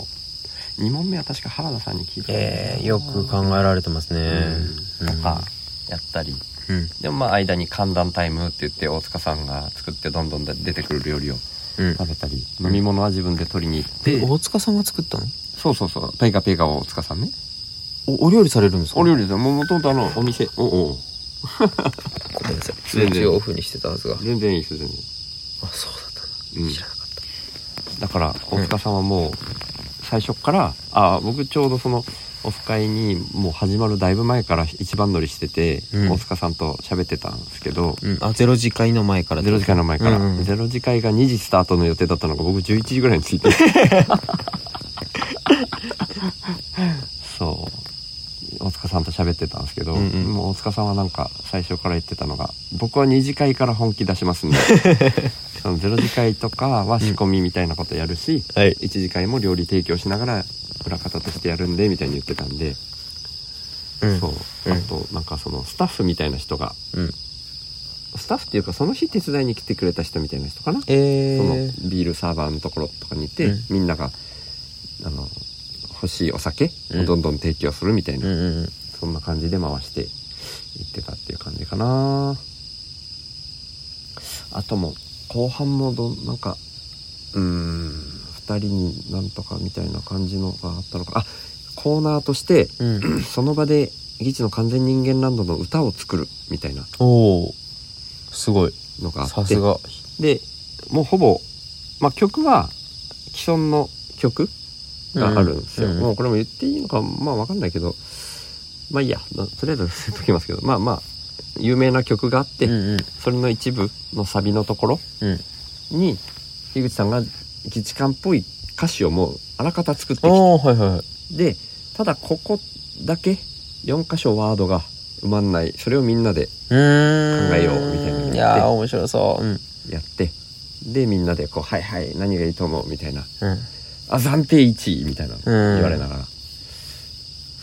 う2問目は確か原田さんに聞いたええよく考えられてますね。うんとかやったりうん。でもまあ間に寒暖タイムって言って大塚さんが作ってどんどん出てくる料理をうん。食べたり飲み物は自分で取りに行ってで、大塚さんが作ったのそうそうそうペガペガ大塚さんねお、お料理されるんですかお料理だももともとあのお店おおごめんなさい。全然通知をオフにしてたはずが。全然いいです全然あ、そうだったんだ。うん知らなかった。だから大塚さんはもう最初っからあ僕ちょうどそのオフ会にもう始まるだいぶ前から一番乗りしてて、うん大塚さんと喋ってたんですけど、うん。あ、ゼロ次会の前から。ゼロ時間の前から、うんうんうんゼロ時会が2時スタートの予定だったのが僕11時ぐらいに着い (laughs) てそう大塚さんと喋ってたんですけど、うんうんもう大塚さんはなんか最初から言ってたのが僕は2次会から本気出しますん (laughs) でそのゼロ次会とかは仕込みみたいなことやるし、はい。 1次会も料理提供しながら裏方としてやるんでみたいに言ってたんで、うん。そううんあとなんかそのスタッフみたいな人がうん。スタッフっていうかその日手伝いに来てくれた人みたいな人かなえそのー。ビールサーバーのところとかにいて、うんみんながあの欲しいお酒うをんどんどん提供するみたいな、うんうんうん。そんな感じで回していってたっていう感じかなあとも後半もどんなんかうーん2人になんとかみたいな感じのがあったのかあコーナーとしてうん。その場で「ギチの完全人間ランド」の歌を作るみたいなおお。すごい。のがあってさすが。でもうほぼ、まあ、曲は既存の曲があるんですよ、うんうんもうこれも言っていいのかまあわかんないけどまあいいやなとりあえず (laughs) 伏せときますけどまあまあ有名な曲があって、うんうん。それの一部のサビのところうん。に樋口さんが義時間っぽい歌詞をもうあらかた作ってきおおはいはいはい。てでただここだけ4箇所ワードが埋まんないそれをみんなでうーん。考えようみたいなのやっていやー、面白そう。うん。やってでみんなでこう「はいはい何がいいと思う」みたいなうん。あ暫定1位みたいなのうん言われながら、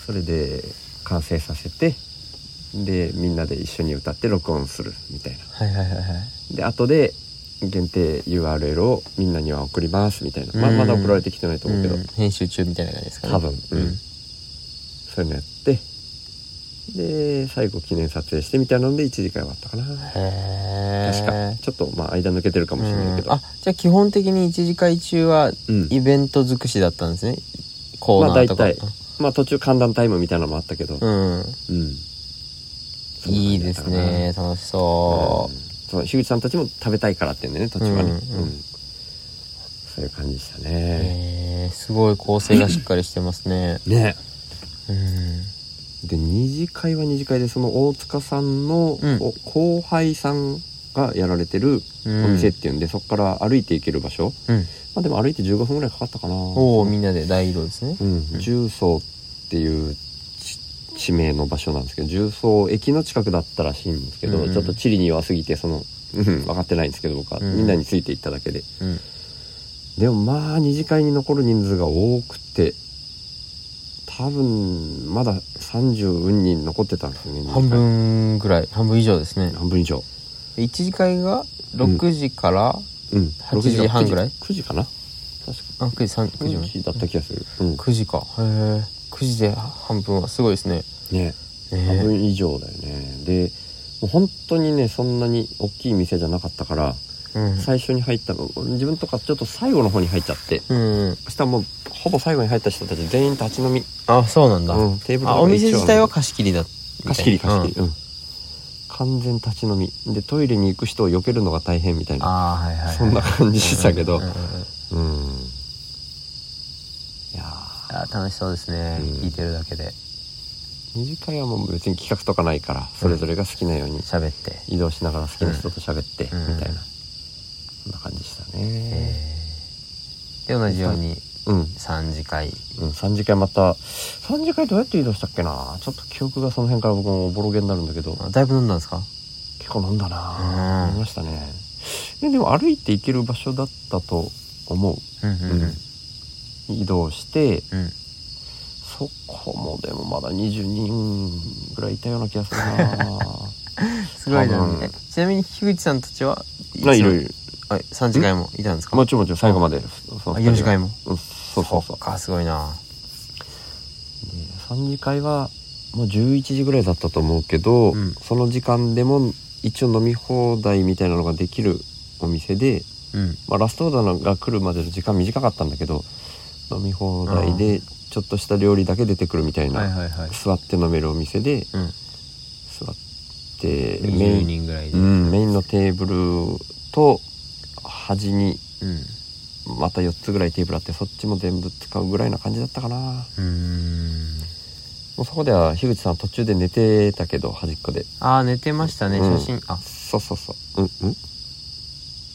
それで完成させてでみんなで一緒に歌って録音するみたいなはいはいはいはい。で後で限定 URL をみんなには送りますみたいな、まあ、うんまだ送られてきてないと思うけど、うん編集中みたいな感じですかね。多分ううんん。そういうのやってで最後記念撮影してみたいなので1時間終わったかなへ確かーちょっとまあ間抜けてるかもしれないけうんどあ、じゃあ基本的に一次会中はうんイベント尽くしだったんですね。コーナーとか。まあ大体まあ途中寒暖タイムみたいなのもあったけど、うん。うんそんな感じだったかないいですね。楽しそそうそう樋口さんたちも食べたいからって言うんでね途中はね、うんうんうんそういう感じでしたう。ね、へーすごい構成がしっかりしてますね。ねうん。で二次会は二次会でその大塚さんの、うんお後輩さんがやられてるうおん店っていうんで、そこから歩いて行ける場所うん。まあでも歩いて15分ぐらいかかったかなおおみんなで大移動ですねう。ん、重曹っていうち地名の場所なんですけど重曹駅の近くだったらしいんですけど、うんうんちょっと地理に弱すぎてその、うん、分かってないんですけど僕は、うんみんなについていっただけでうんでもまあ二次会に残る人数が多くて多分まだ30人残ってたんですよね半分ぐらい半分以上ですね半分以上1次会が6時から、うん8時半ぐらい9時かな確かあ9時3 9時9まで時だった気がする、うん、 9時かへえ9時で半分はすごいですねね半ね分以上だよねでもう本当にねそんなに大きい店じゃなかったからえうん最初に入ったの自分とかちょっと最後の方に入っちゃってうんうんそしたらもうほぼ最後に入った人たち全員立ち飲み、あそうなんだ、うんテーブルあのお上一店応自体は貸し切りだ貸し切り貸し切り、うん完全立ち飲みでトイレに行く人を避けるのが大変みたいなああはいはい、はい、そんな感じしたけどうんうんうんうんいやーあー楽しそうですね、うん聞いてるだけで二次会はもう別に企画とかないからそれぞれが好きなように喋って移動しながら好きな人と喋ってみたうんいな、そんな感じでしたねえーで同じようにうん、 3次会うん、3次会また3次会どうやって移動したっけなちょっと記憶がその辺から僕もおぼろげになるんだけどあだいぶ飲んだんですか結構飲んだなうん飲みましたねででも歩いて行ける場所だったと思ううんうんうん移動してうんそこもでもまだ20人ぐらいいたような気がするな (laughs) すごいな多分えちなみに樋口さんたちはないろいろあ3次会もいたんですかもちろんもちろん最後までそそのあ二人は4次会もうんそうそうそうかすごいなで3次会はもう11時ぐらいだったと思うけど、うんその時間でも一応飲み放題みたいなのができるお店で、うんまあ、ラストオーダーが来るまでの時間短かったんだけど飲み放題でちょっとした料理だけ出てくるみたいな、はいはいはい座って飲めるお店でうん座ってメ20イン、人ぐらいでううんん、メインのテーブルと端にうんまた4つぐらいテーブルあってそっちも全部使うぐらいな感じだったかな。もうそこでは樋口さん途中で寝てたけど端っこでああ寝てましたねうん写真あそうそうそううんうんい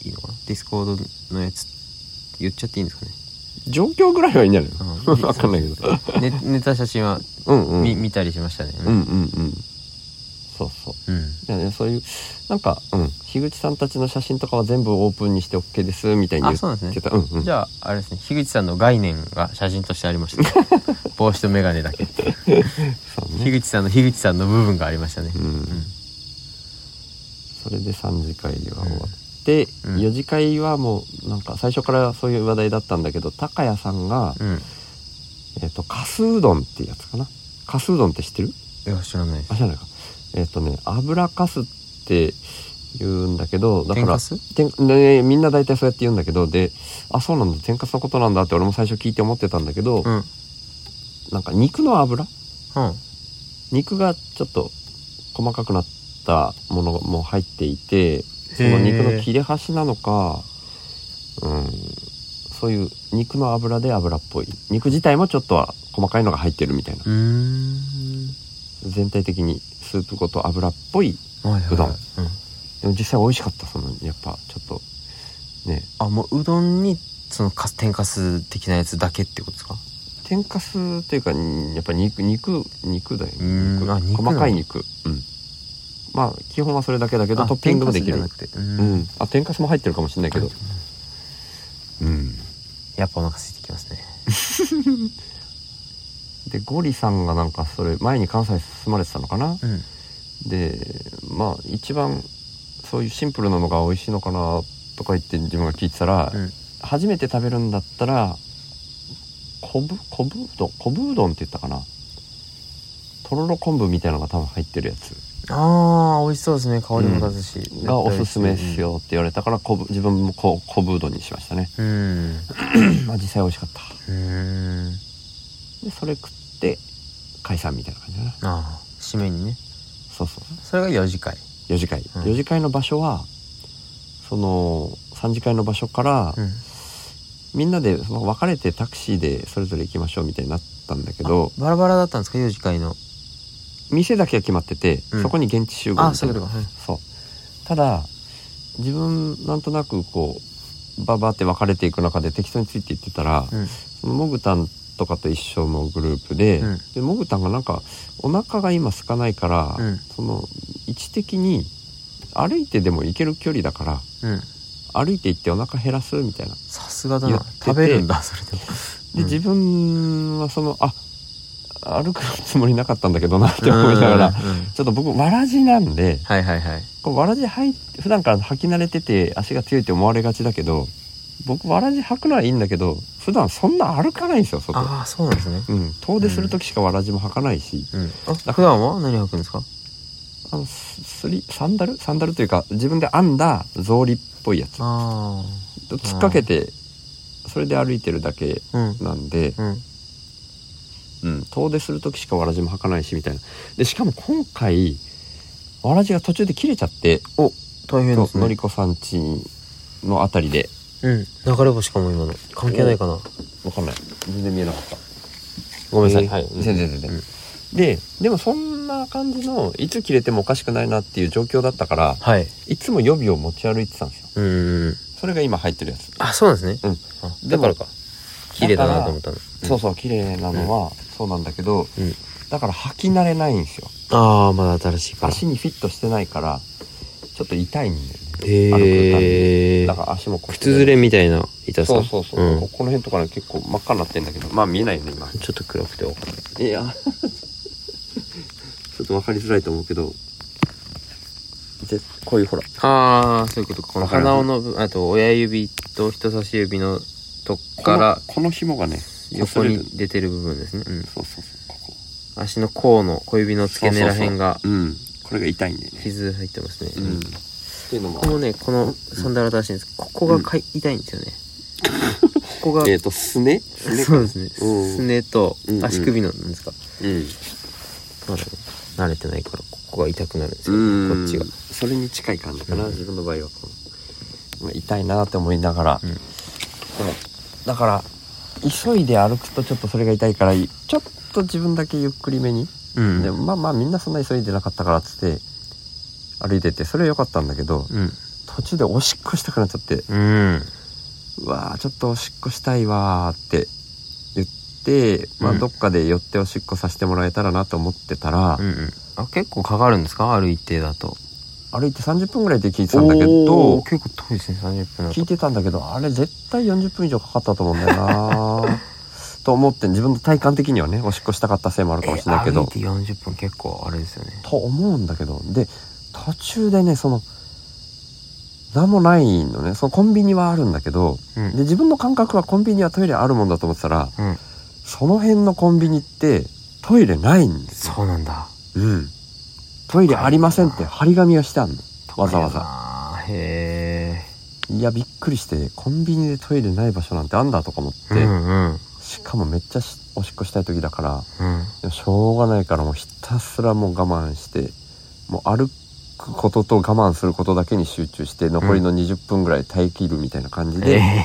いのかなディスコードのやつ言っちゃっていいんですかね状況ぐらいはいいんじゃないのうんわかんないけどね (laughs) 寝た写真はうんうん見見たりしましたねうんうんうんそうそううんだからねそういうなんか、うん、樋口さんたちの写真とかは全部オープンにして OK ですみたいに言あっそうなんてですねたうんうんじゃああれですね樋口さんの概念が写真としてありました、 (laughs) ね、帽子と眼鏡だけそうね樋口さんの樋口さんの部分がありましたねうんそれで3次会は終わって、うん4次会はもうなんか最初からそういう話題だったんだけど高谷さんが、うん、うん、えっとかすうどんってやつかなかすうどんって知ってるいや知らないですあじゃないかえっ、とね油かすって言うんだけどだか天らかす天ね、みんな大体そうやって言うんだけどであそうなんだ天かすのことなんだって俺も最初聞いて思ってたんだけど、うんうんなんか肉の油肉がちょっと細かくなったものも入っていてその肉の切れ端なのか、うん、そういう肉の油で油っぽい肉自体もちょっとは細かいのが入ってるみたいなうーん全体的にスープごと油っぽいはいはいはいうどんうんでも実際美味しかったそのやっぱちょっとねあもううどんにそのかす天かす的なやつだけってことですか天かすっていうかにやっぱ肉肉肉だようーんあ肉なんだ細かい肉うんまあ基本はそれだけだけどあトッピングもでき天るかすじゃなくてう、うんんあ天かすも入ってるかもしれないけどうんやっぱお腹空いてきますねでゴリさんがなんかそれ前に関西住まれてたのかなうんでまあ一番そういうシンプルなのが美味しいのかなとか言って自分が聞いてたら、うん初めて食べるんだったら昆布昆布うどん昆布うどんって言ったかなとろろ昆布みたいなのが多分入ってるやつあー美味しそうですね香りも立つし、がおすすめですよって言われたから昆布自分もこう昆布うどんにしましたねうんうまあ実際美味しかったーんでそれ食って解散みたいな感じだなああ締めにねそうそうそれが4次会4次会、うん4次会の場所はその3次会の場所から、うんみんなでその別れてタクシーでそれぞれ行きましょうみたいになったんだけどバラバラだったんですか4次会の店だけは決まってて、うんそこに現地集合みたいなあそういうことかはいそうただ自分なんとなくこうババって別れていく中で適当についていってたら、うんそのモグタンとかと一緒のグループで、うんでモグタンがなんかお腹が今空かないから、うんその位置的に歩いてでも行ける距離だからうん歩いて行ってお腹減らすみたいな。さすがだ言なってて食べるんだそれでもで、うん自分はそのあ歩くつもりなかったんだけどなって思いながら、うんちうんょっと僕わらじなんではいはいはいこうわらじ履い普段から履き慣れてて足が強いって思われがちだけど僕わらじ履くのはいいんだけど普段そんな歩かないんですよ外。ああそうなんですねうん、遠出する時しかわらじも履かないし、うんあ普段は何履くんですかあのススリサンダルサンダルというか自分で編んだ草履っぽいやつをあ突っかけてそれで歩いてるだけあうんなんで、うんうん、遠出する時しかわらじも履かないしみたいなでしかも今回わらじが途中で切れちゃってお大変ですそうのりねこさんちのあたりでうん流れ星かも今の関係ないかなわかんない全然見えなかったごめんなさい、えーはい全然全然、ででもそんな感じのいつ切れてもおかしくないなっていう状況だったからはいいつも予備を持ち歩いてたんですようんうんうんそれが今入ってるやつあそうなんですね、うあだからか綺麗だなと思ったのそうそう綺麗なのはそうなんだけど、うんだから履き慣れないんですよああまだ新しいから足にフィットしてないからちょっと痛いんだよねへえだから足もこう靴ずれみたいな痛さそうそうそう、うんここの辺とかね結構真っ赤になってんだけどまあ見えないよね今ちょっと暗くてわかんないい (laughs) やちょっと分かりづらいと思うけどぜこういうほらああそういうことかこのわかります鼻緒の部あと親指と人差し指のとこからこのこの紐がね横擦れるに出てる部分ですね、うん、そうそうそうここ足の甲の小指の付け根ら辺がそうそうそううんこれが痛いんだよね傷入ってますね、うんっていうのもここもねこのサンダル新しいんですここがかい痛いんで (laughs) すよね、ここがえっ、とすねすねそうですねうんすねとうんうん足首のなんですか、うんまだね慣れてないからここが痛くなるんですようねんこっちがそれに近い感じかな、うん自分の場合はこうまあ痛いなって思いながら、うんでもだから急いで歩くとちょっとそれが痛いからいちょっと自分だけゆっくりめに、うんでもまあまあみんなそんな急いでなかったからっつって歩いててそれは良かったんだけど、うん途中でおしっこしたくなっちゃってうんうわーちょっとおしっこしたいわーって言って、まあ、うんどっかで寄っておしっこさせてもらえたらなと思ってたら、うんうんあ結構かかるんですかある一定だと歩いて30分ぐらいで聞いてたんだけどおー結構遠いですね30分だ聞いとてたんだけどあれ絶対40分以上かかったと思うんだよなと思って自分の体感的にはねおしっこしたかったせいもあるかもしれないけえど歩いて40分結構あれですよねと思うんだけどで途中でねその何もないのねそのコンビニはあるんだけどうんで自分の感覚はコンビニはトイレあるもんだと思ってたらうんその辺のコンビニってトイレないんですよ、そうなんだうん、トイレありませんって張り紙がしてあんのわざわざざへいやびっくりしてコンビニでトイレない場所なんてあんだとか思って、えうんうんしかもめっちゃしおしっこしたい時だからうんでもしょうがないからもうひたすらもう我慢してもう歩くことと我慢することだけに集中して残りの20分ぐらい耐え切るみたいな感じで、え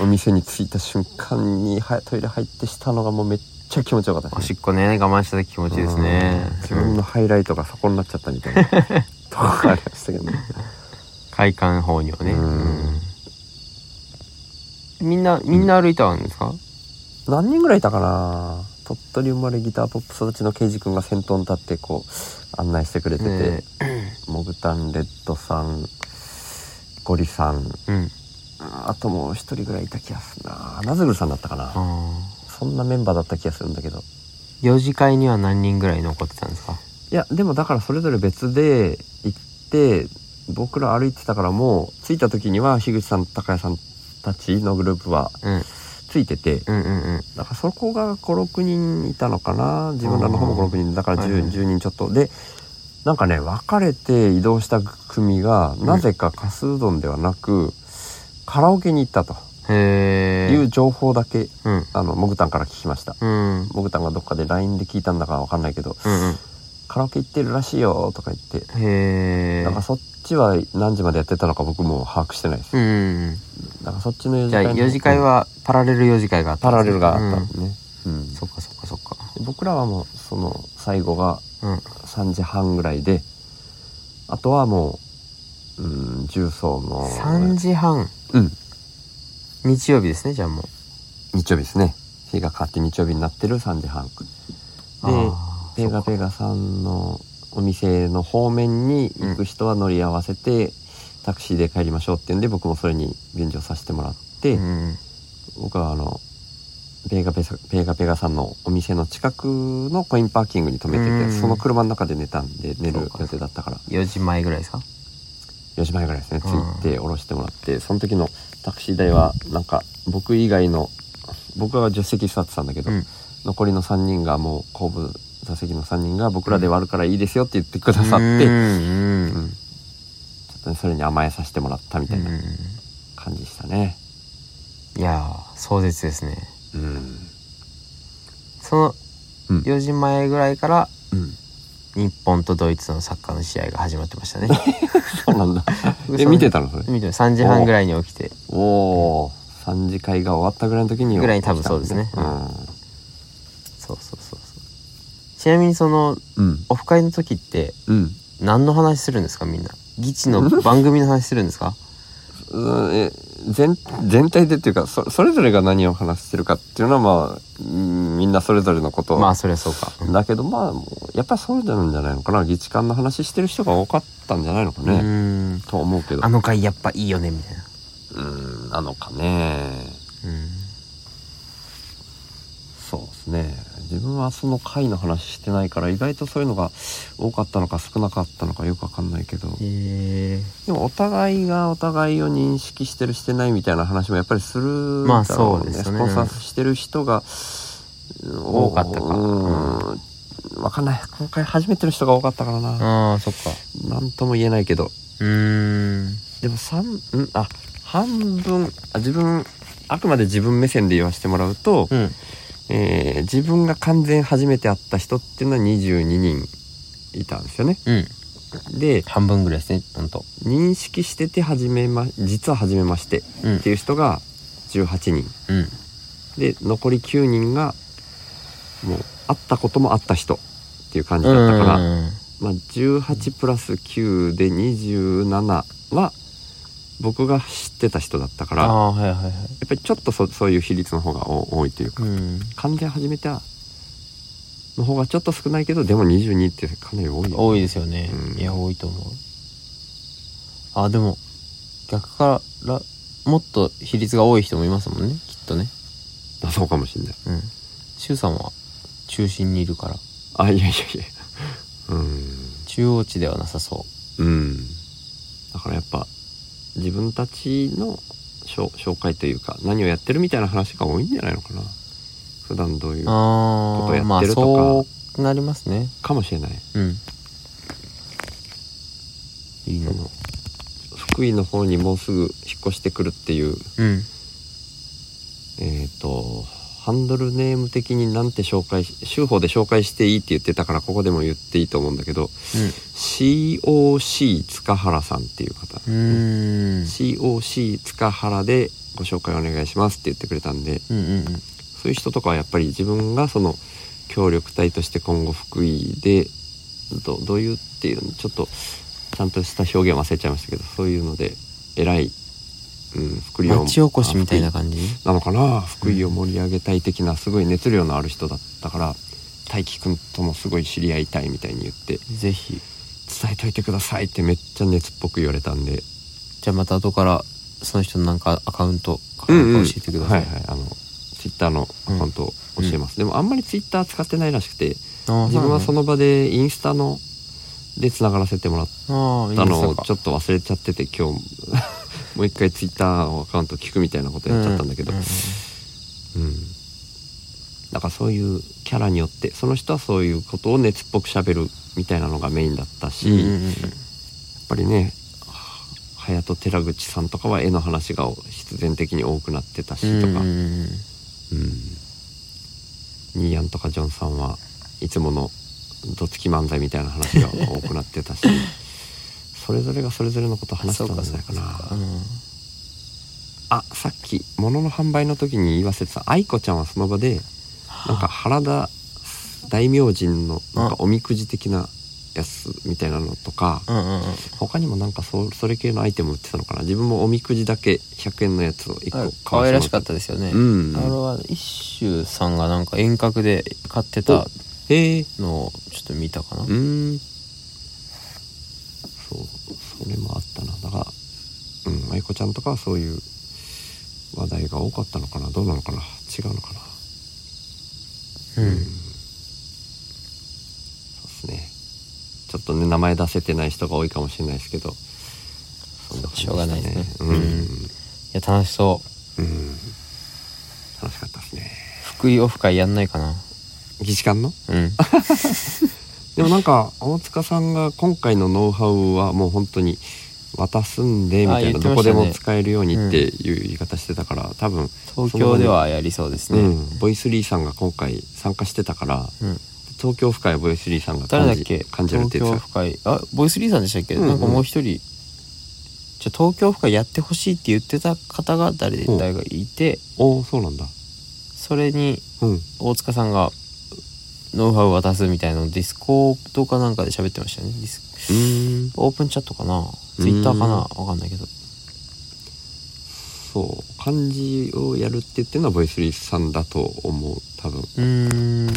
お店に着いた瞬間にはトイレ入ってしたのがもうめっちゃ気持ちよかったーおしっこね我慢した時気持ちいいですねうん自う分んのハイライトがそこになっちゃったみた (laughs) いなとこありましたけどね快感法にはねうんうんみんなみんな歩いたんですか何人ぐらいいたかな鳥取生まれギターポップ育ちの刑事くんが先頭に立ってこう案内してくれてて、ねモグタンレッドさんゴリさんうんあともう一人ぐらいいた気がするなナズルさんだったかな、あそんなメンバーだった気がするんだけどー四次会には何人ぐらい残ってたんですかいやでもだからそれぞれ別で行って僕ら歩いてたからもう着いた時には樋口さん高谷さんたちのグループはうんついてて、うんうんうんだからそこが56人いたのかな自分らの方うんも56人だからはいはい 10, 10人ちょっとでなんかね別れて移動した組がなぜかカスうどんではなく、カラオケに行ったとへいえう情報だけうんあのモグタンから聞きましたうんうんモグタンがどっかで LINE で聞いたんだかわかんないけどうんカラオケ行ってるらしいよとか言ってへえなんかそっちは何時までやってたのか僕もう把握してないですうんうんうんだからそっちの4時じゃあ間4次会はパラレル4次会があったパんですねラレルがあったうんんでね、うんそっかそっかそっかで僕らはもうその最後がうん3時半ぐらいであとはもう、うん、重曹の3時半うん日曜日ですねじゃあもう日曜日ですね日が変わって日曜日になってる3時半であペガペガさんのお店の方面に行く人は乗り合わせて、タクシーで帰りましょうっていうんで僕もそれに便乗させてもらって、うん僕はあのペガペガペガペガさんのお店の近くのコインパーキングに止めてて、うんその車の中で寝たんで寝そうるか予定だったから4時前ぐらいですか4時前ぐらいですね着うんいて降ろしてもらってその時のタクシー代はなんか僕以外の僕は助手席座ってたんだけど、うん残りの3人がもう後部座席の3人が僕らで割るからいいですよって言ってくださって、ううんんちょっとねそれに甘えさせてもらったみうたいんな感じしたね。いやー壮絶ですねうん。そのうん4時前ぐらいからうん。日本とドイツのサッカーの試合が始まってましたねそうなんだ。 (laughs) え、 (laughs) そ見てたのそれ。見てます3時半ぐらいに起きておお。三次会が終わったぐらいの時に。ぐらいに多分そうですねうそうそうそうそうちなみにそのん。うん。オフ会の時ってうん。何の話するんですかみんなギチ (laughs) の番組の話するんですかうん、え全全体でっていうかそそれぞれが何を話してるかっていうのはまあうんみんなそれぞれのことまあそりゃそうかだけどまあもうやっぱりそうなんじゃないのかな議事官の話してる人が多かったんじゃないのかうね、んと思うけどあの回やっぱいいよねみたいなうんなのかねそうですね自分はその回の話してないから意外とそういうのが多かったのか少なかったのかよくわかんないけどへえでもお互いがお互いを認識してるしてないみたいな話もやっぱりするんまあだろそうですねスポンサーしてる人がうん多かったかうんわかんない今回初めての人が多かったからなああそっかなんとも言えないけどうーんでも三んあ半分あ自分あくまで自分目線で言わせてもらうと、うんえー自分が完全初めて会った人っていうのは22人いたんですよね。うんで半分ぐらいですねほんと認識してて初めま実は初めましてっうんていう人が18人うんで残り9人がもう会ったことも会った人っていう感じだったから、うんまあ、18プラス9で27は僕が知ってた人だったからやああーはいはいはいっぱりちょっとそそういう比率の方がお多いというかうん完全始めたの方がちょっと少ないけどでも22ってかなり多いよ多いですよね、うんいや多いと思うあでも逆からもっと比率が多い人もいますもんねきっとねあそうかもしんないうん周さんは中心にいるからあいやいやいやうん中央値ではなさそうん、だからやっぱ自分たちの紹紹介というか何をやってるみたいな話が多いんじゃないのかな普段どういううかあことあやまっあてるとかそうなりますねもしれないうんいいそなの福井の方にもうすぐ引っ越してくるっていううんえっ、とハンドルネーム的になんて紹介し週報で紹介していいって言ってたからここでも言っていいと思うんだけど COC 塚原さんっていう方うんうん COC 塚原でご紹介お願いしますって言ってくれたんでうんうんうんそういう人とかはやっぱり自分がその協力隊として今後福井でどどういうっていうのちょっとちゃんとした表現忘れちゃいましたけどそういうので偉い、うん、福を町おこしみたいな感じあ福井なのかな福井を盛り上げたい的なすごい熱量のある人だったから大輝くんともすごい知り合いたいみたいに言ってぜひ伝えといてくださいってめっちゃ熱っぽく言われたんでじゃあまた後からその人のなんかアカウントかなんか教えてください、はいはいあのツイッターのアカウントを教えます、でもあんまりツイッター使ってないらしくてあー自分はそのの場でインスタので繋がらせてもらっああいいたんでのすをかちょっと忘れちゃってて今日 (laughs) もう一回ツイッターのアカウント聞くみたいなことやっちゃったんだけど、ううんうんだからそういうキャラによってその人はそういうことを熱っぽくしゃべるみたいなのがメインだったし、うんやっぱりね隼人寺口さんとかは絵の話が必然的に多くなってたしとか、うんうんうんニーヤンとかジョンさんはいつものどつき漫才みたいな話が多くなって (laughs) たしそれぞれがそれぞれのことを話してたんじゃないかなうんあさっき物の販売の時に言わせてた愛子ちゃんはその場でなんか原田大明神のなんかおみくじ的なやつみたいなのとか、うんうんうん他にもなんかそそれ系のアイテム売ってたのかな自分もおみくじだけ100円のやつを1個買あわせて可も愛ららっしかったですよね、うんあれは一周さんがなんか遠隔で買ってたへえのをちょっと見たかなうーんそうそれもあったなだからうん愛子ちゃんとかはそういう話題が多かったのかなどうなのかな違うのかなうん、そうですねちょっとね名前出せてない人が多いかもしれないですけどそんな感じでしょうがないしでたねすねううんんいや楽しそううん楽しかったですね福井オフ会やんないかな議事館のうんでもなんか大塚さんが今回のノウハウはもう本当に渡すんでみたいなあ言ってどまこしたでねも使えるようにっていう言い方してたから多分東京ではやりそうですそのね、場に、うん、ボイスリーさんが今回参加してたからうん東京深いボイスリーさんが誰だ感っじけ感じるって言って東京たオフ会あボイスリーさんでしたっけ、うんうんなんかもう一人じゃあ東京オフ会やってほしいって言ってた方が誰でうん誰がいておおそうなんだそれにうん大塚さんがノウハウを渡すみたいなのをディスコードかなんかで喋ってましたよねディスうんオープンチャットかなツイッターかなわかんないけどそう漢字をやるって言ってるのはボイスリーさんだと思う多分うーうんんだ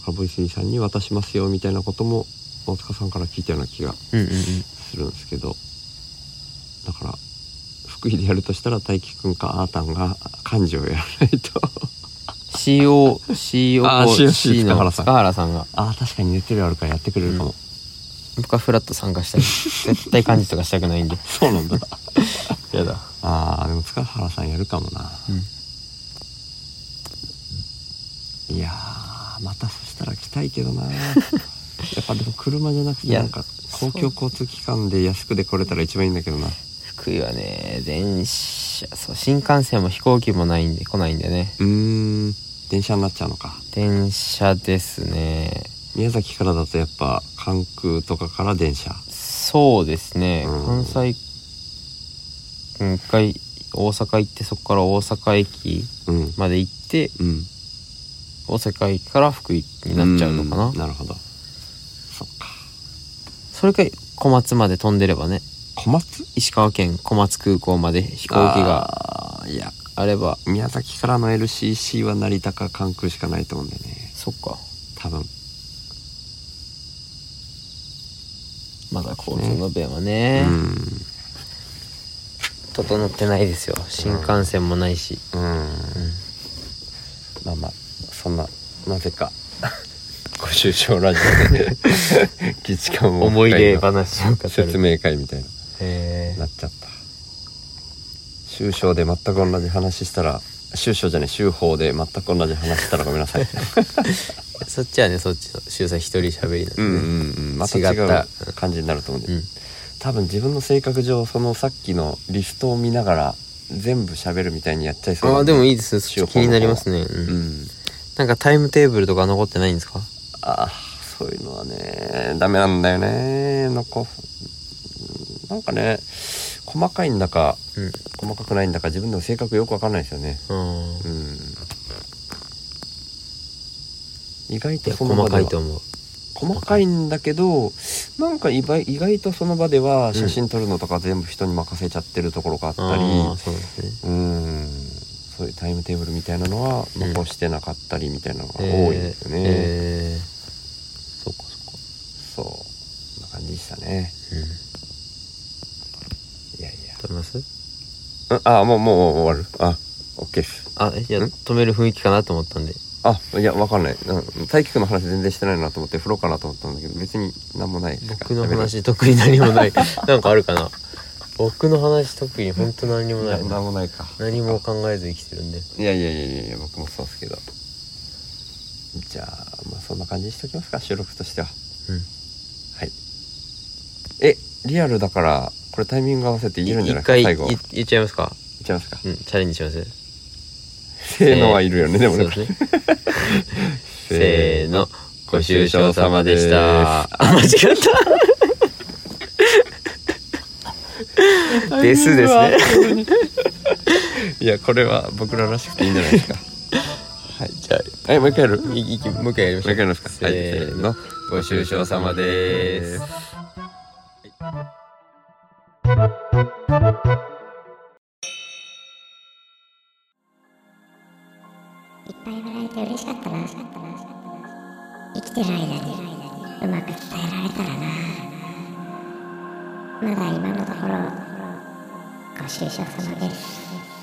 からボイスリーさんに渡しますよみたいなことも大塚さんから聞いたような気がうんうんするんですけどだから福井でやるとしたら大輝くんかあーたんが漢字をやらないと CO CO あー CO 塚原のさん塚原さんが (laughs) ああ確かに熱量あるからやってくれるかも、うん僕はフラット参加したい絶対感じとかしたくないんでそうなんだやだああでも塚原さんやるかもなうんいやーまたそしたら来たいけどなや (laughs) っぱでも車じゃなくていやなんか公共交通機関で安くで来れたら一番いいんだけどなう福井はね電車そう新幹線も飛行機もないんで来ないんでねーん電車になっちゃうのか電車ですね宮崎からだとやっぱ関空とかから電車そうですね、うん関西うん一回大阪行ってそこから大阪駅うんまで行ってうん大阪駅から福井になっちゃうのかな、んなるほどそっかそれか小松まで飛んでればね小松石川県小松空港まで飛飛行機がいやあれば宮崎からの LCC は成田か関空しかないと思うんだよねそっか多分まだ交通の便はね、整ってないですよ新幹線もないし、うんまあまあそんななぜか (laughs) ご愁傷ラジオで (laughs) 基地館を思い出話を語る説明会みたいえななっちゃった終章で全く同じ話したら終章じゃない終報で全く同じ話したらごめんな (laughs) さいそっちはねそっちの秀さん一人喋りなんで、うねんうんうんまた違違ったう感じになると思うんで、うん多分自分の性格上そのさっきのリストを見ながら全部喋るみたいにやっちゃいそうあなあんでもいいですねそっち気になりますね、ううんんなんかタイムテーブルとか残ってないんですかああそういうのはねダメなんだよねなんかうんなんかね細かいんだかうん細かくないんだか自分でも性格よくわかんないですよねうんうん意外いとやその場細ではかいと思う細かいんだけどなんか意外意外とその場では写真撮るのとか全部人に任せちゃってるところがあったり、ああそうですうねーんそういうタイムテーブルみたいなのはうん残してなかったりみたいなのが多いですよね、えーえーそっかそっかそうこんな感じでしたねういんやいや止めますうんあもうもうもう終わるあオッケーですあえいやん止める雰囲気かなと思ったんであいやわかんないうん大輝くんの話全然してないなと思って振ろうかなと思ったんだけど別に何もないですから僕の話特に何もな (laughs) いなんかあるかな僕の話特に本当何にも喋なれるいいや何もないか何も考えず生きてるんでいやいやいやいやいや僕もそうですけどじゃあまあそんな感じにしときますか収録としてはうんはいえリアルだからこれタイミング合わせて言えるんじゃないですか一最回後い言っちゃいますいかっちゃいますかうんチャレンジしますせーのはいるよね、でもそうねですねせせーーのの、ごご愁愁傷傷様様ででししたた。 (laughs) あ、間違った。 (laughs) ですですね。いやこれは僕ららしくていいんじゃないですかはい、じゃあ、えもう一回やるもういいきもう一回やりま一しょ回う。やりますかはいせせーーののご愁傷様ですいっぱい笑えて嬉しかったな生きてる間にうまく伝えられたらなまだ今のところご愁傷様です